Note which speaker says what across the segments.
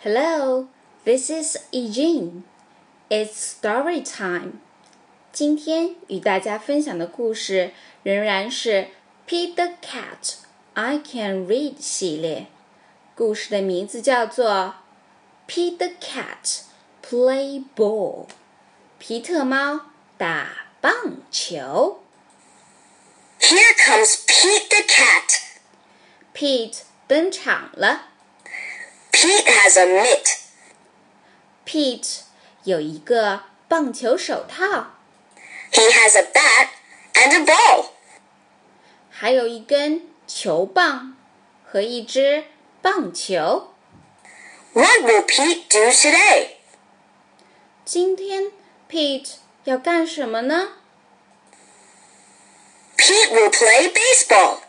Speaker 1: Hello, this is Eugene. It's story time. 今天与大家分享的故事仍然是《Peter Cat I Can Read》系列。故事的名字叫做《Peter Cat Play Ball》，皮特猫打棒球。
Speaker 2: Here comes Pete the cat.
Speaker 1: Pete 登场了。
Speaker 2: Pete has a mitt.
Speaker 1: Pete 有一个棒球手套，
Speaker 2: He has a bat and a ball.
Speaker 1: 还有一根球棒和一只棒球。
Speaker 2: What will Pete do today?
Speaker 1: 今天 Pete 要干什么呢
Speaker 2: Pete will play baseball.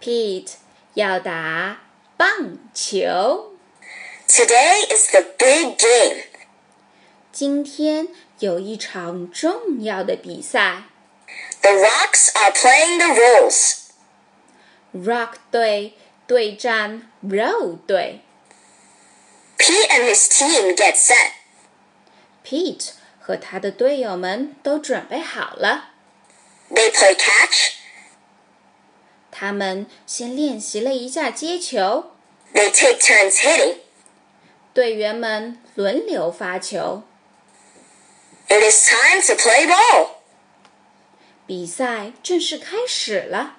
Speaker 1: ？Pete 要打棒球。
Speaker 2: Today is the big game.
Speaker 1: 今天有一场重要的比赛
Speaker 2: The Rocks are playing the Rolls.
Speaker 1: ，Rock 队对战 Row 队。
Speaker 2: Pete and his team get set.
Speaker 1: Pete 和他的队友们都准备好了。
Speaker 2: They play catch.
Speaker 1: 他们先练习了一下接球，
Speaker 2: They take turns hitting.
Speaker 1: 队员们轮流发球。
Speaker 2: It is time to play ball.
Speaker 1: 比赛正式开始了。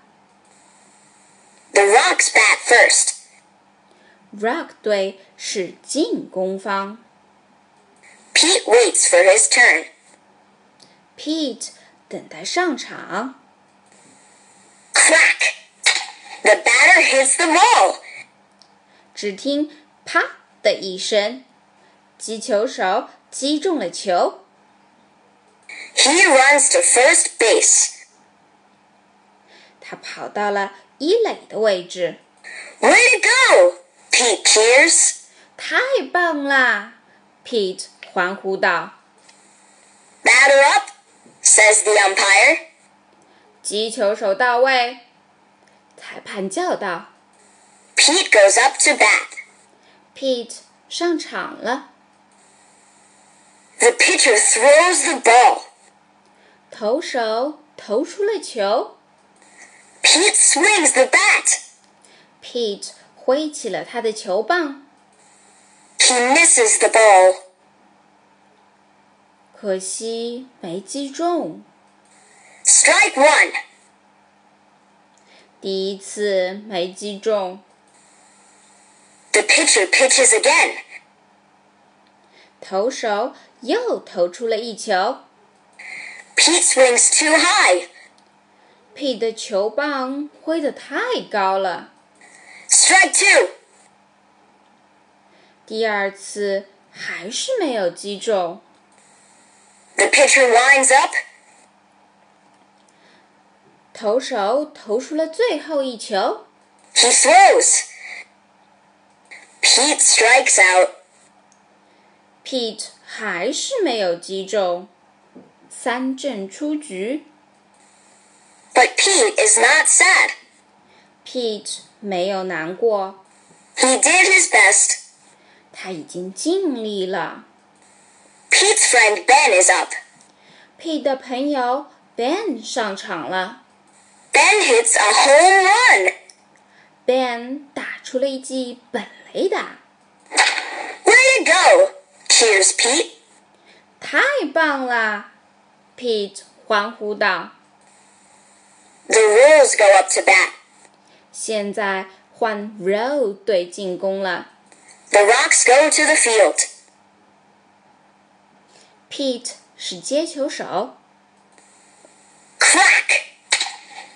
Speaker 2: The Rocks bat first.
Speaker 1: Rock 队是进攻方
Speaker 2: Pete waits for his turn.
Speaker 1: ，Pete 等待上场。
Speaker 2: Crack! The batter hits the wall.
Speaker 1: 只听“啪”的一声，击球手击中了球。
Speaker 2: He runs to first base.
Speaker 1: 他跑到了一垒的位置，
Speaker 2: Way to go! Pete cheers.
Speaker 1: 太棒啦！Pete 欢呼道。
Speaker 2: Batter up, says the umpire.
Speaker 1: 击球手到位，裁判叫道
Speaker 2: Pete goes up to bat.
Speaker 1: ：“Pete 上场了。
Speaker 2: The pitcher throws the ball. ”
Speaker 1: 投手投出了球
Speaker 2: Pete swings the bat.
Speaker 1: ，Pete 挥起了他的球棒，
Speaker 2: He misses the ball.
Speaker 1: 可惜没击中。
Speaker 2: Strike one.
Speaker 1: 第一次没击中，
Speaker 2: The pitcher pitches again.
Speaker 1: 投手又投出了一球
Speaker 2: Pete swings too high.
Speaker 1: ，Pete 的球棒挥得太高了。
Speaker 2: Strike two.
Speaker 1: 第二次还是没有击中，
Speaker 2: The pitcher winds up.
Speaker 1: 投手投出了最后一球。
Speaker 2: He throws. Pete strikes out.
Speaker 1: Pete 还是没有击中，三振出局。
Speaker 2: But Pete is not sad.
Speaker 1: Pete 没有难过，
Speaker 2: He did his best.
Speaker 1: 他已经尽力了。
Speaker 2: Pete's friend Ben is up.
Speaker 1: Pete 的朋友 Ben 上场了
Speaker 2: Ben hits a home run.
Speaker 1: ，Ben 打出了一记本垒打，
Speaker 2: Way to go! Cheers, Pete.
Speaker 1: 太棒啦！Pete 欢呼道。
Speaker 2: The Royals go up to bat.
Speaker 1: 现在换 Row 队进攻了
Speaker 2: The Rocks go to the field.
Speaker 1: ，Pete 是接球手，
Speaker 2: Crack!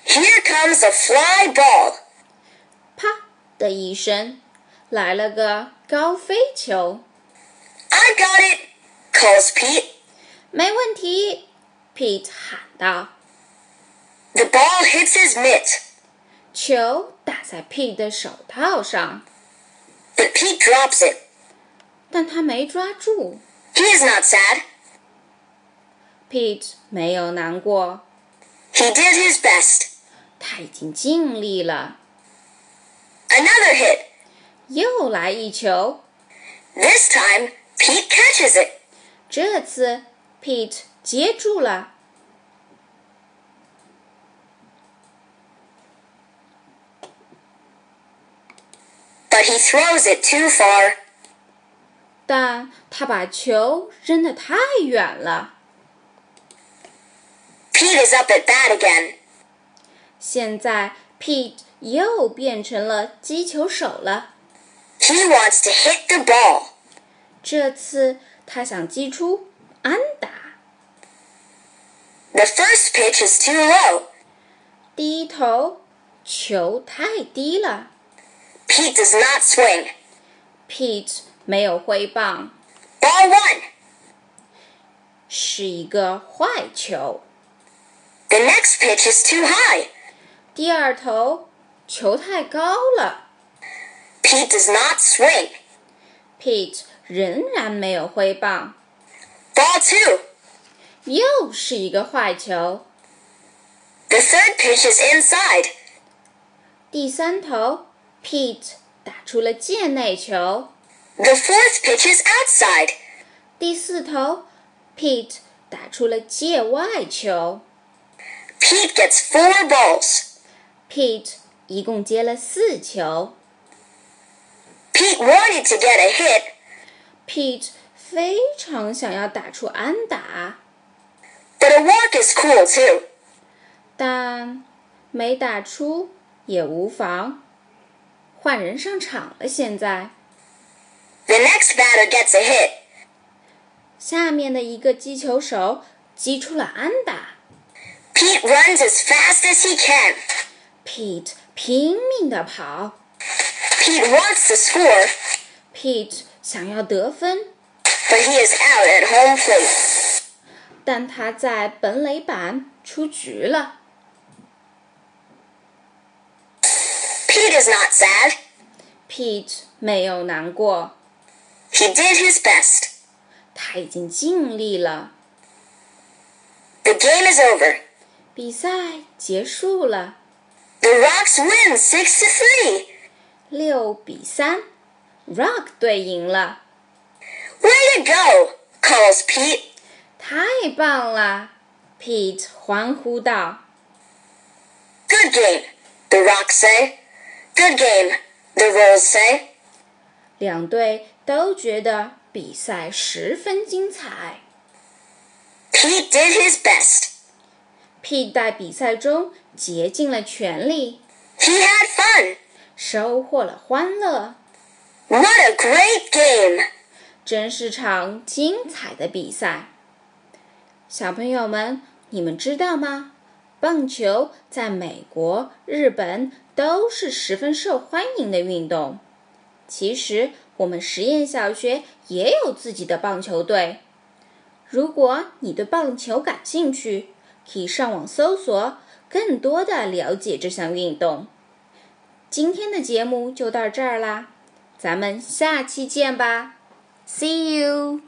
Speaker 2: Here comes a fly ball.
Speaker 1: 啪的一声，来了个高飞球。
Speaker 2: I got it, calls Pete.
Speaker 1: 没问题，Pete 喊道。
Speaker 2: The ball hits his mitt,
Speaker 1: 球打在 Pete 的手套上，
Speaker 2: but Pete drops it.
Speaker 1: 但他没抓住。
Speaker 2: He is not sad.
Speaker 1: Pete 没有难过，
Speaker 2: He did his best.
Speaker 1: 他已经尽力了。
Speaker 2: Another hit.
Speaker 1: 又来一球，
Speaker 2: This time, Pete catches it.
Speaker 1: 这次 Pete 接住了。
Speaker 2: But he throws it too far.
Speaker 1: 但他把球扔得太远了。
Speaker 2: Pete is up at bat again.
Speaker 1: 现在 Pete 又变成了击球手了。
Speaker 2: He wants to hit the ball.
Speaker 1: 这次他想击出安打。
Speaker 2: The first pitch is too low.
Speaker 1: 第一投球太低了
Speaker 2: Pete does not swing.
Speaker 1: ，Pete 没有挥棒，
Speaker 2: Ball one.
Speaker 1: 是一个坏球。
Speaker 2: The next pitch is too high.
Speaker 1: 第二投球太高了
Speaker 2: Pete does not swing.
Speaker 1: ，Pete 仍然没有挥棒，
Speaker 2: Ball two.
Speaker 1: 又是一个坏球。
Speaker 2: The third pitch is inside.
Speaker 1: 第三投，Pete 打出了界内球。
Speaker 2: The fourth pitch is outside.
Speaker 1: 第四投，Pete 打出了界外球。
Speaker 2: Pete gets four balls.
Speaker 1: Pete 一共接了四球。
Speaker 2: Pete wanted to get a hit.
Speaker 1: Pete 非常想要打出安打，
Speaker 2: But a walk is cool too.
Speaker 1: 但没打出也无妨。换人上场了，现在
Speaker 2: The next batter gets a hit.
Speaker 1: 下面的一个击球手击出了安打。
Speaker 2: Pete runs as fast as he can.
Speaker 1: Pete 拼命地跑
Speaker 2: Pete wants to score,
Speaker 1: ，Pete 想要得分，
Speaker 2: but he is out at home plate.
Speaker 1: 但他在本垒板出局了。
Speaker 2: Pete is not sad.
Speaker 1: Pete 没有难过，
Speaker 2: He did his best.
Speaker 1: 他已经尽力了。
Speaker 2: The game is over.
Speaker 1: 比赛结束了，
Speaker 2: The Rocks win 6 to 3.
Speaker 1: 六比三，Rock 队赢了，
Speaker 2: Way to go, calls Pete.
Speaker 1: 太棒了！Pete 欢呼道
Speaker 2: Good game, the Rocks say. Good game, the Rolls say.：“
Speaker 1: 两队都觉得比赛十分精彩。
Speaker 2: Pete did his best.
Speaker 1: Pete 在比赛中竭尽了全力，
Speaker 2: He had fun.
Speaker 1: 收获了欢乐，
Speaker 2: What a great game!
Speaker 1: 真是场精彩的比赛。”小朋友们，你们知道吗？棒球在美国、日本都是十分受欢迎的运动。其实，我们实验小学也有自己的棒球队。如果你对棒球感兴趣，可以上网搜索，更多的了解这项运动。今天的节目就到这儿啦，咱们下期见吧，See you。